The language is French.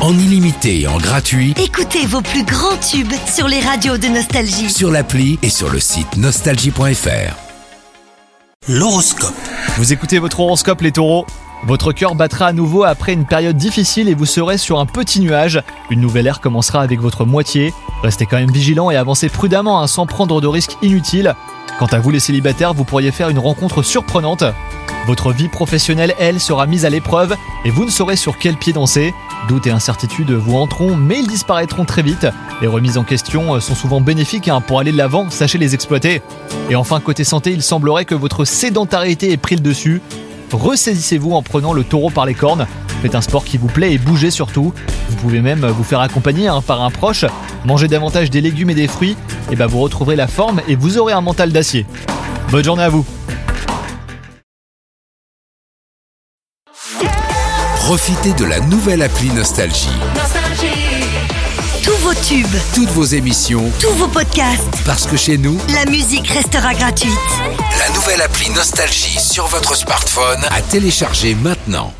en illimité et en gratuit Écoutez vos plus grands tubes sur les radios de Nostalgie. sur l'appli et sur le site nostalgie.fr. L'horoscope. Vous écoutez votre horoscope les taureaux Votre cœur battra à nouveau après une période difficile et vous serez sur un petit nuage. Une nouvelle ère commencera avec votre moitié. Restez quand même vigilant et avancez prudemment hein, sans prendre de risques inutiles. Quant à vous les célibataires, vous pourriez faire une rencontre surprenante. Votre vie professionnelle, elle, sera mise à l'épreuve et vous ne saurez sur quel pied danser. Doutes et incertitudes vous entreront, mais ils disparaîtront très vite. Les remises en question euh, sont souvent bénéfiques hein, pour aller de l'avant, sachez les exploiter. Et enfin, côté santé, il semblerait que votre sédentarité ait pris le dessus. Ressaisissez-vous en prenant le taureau par les cornes. Faites un sport qui vous plaît et bougez surtout. Vous pouvez même vous faire accompagner hein, par un proche. Mangez davantage des légumes et des fruits. Et bah vous retrouverez la forme et vous aurez un mental d'acier. Bonne journée à vous Profitez de la nouvelle appli Nostalgie. Tous vos tubes, Toutes vos émissions, tous vos podcasts, parce que chez nous, la musique restera gratuite. la nouvelle appli Nostalgie sur votre smartphone à télécharger maintenant.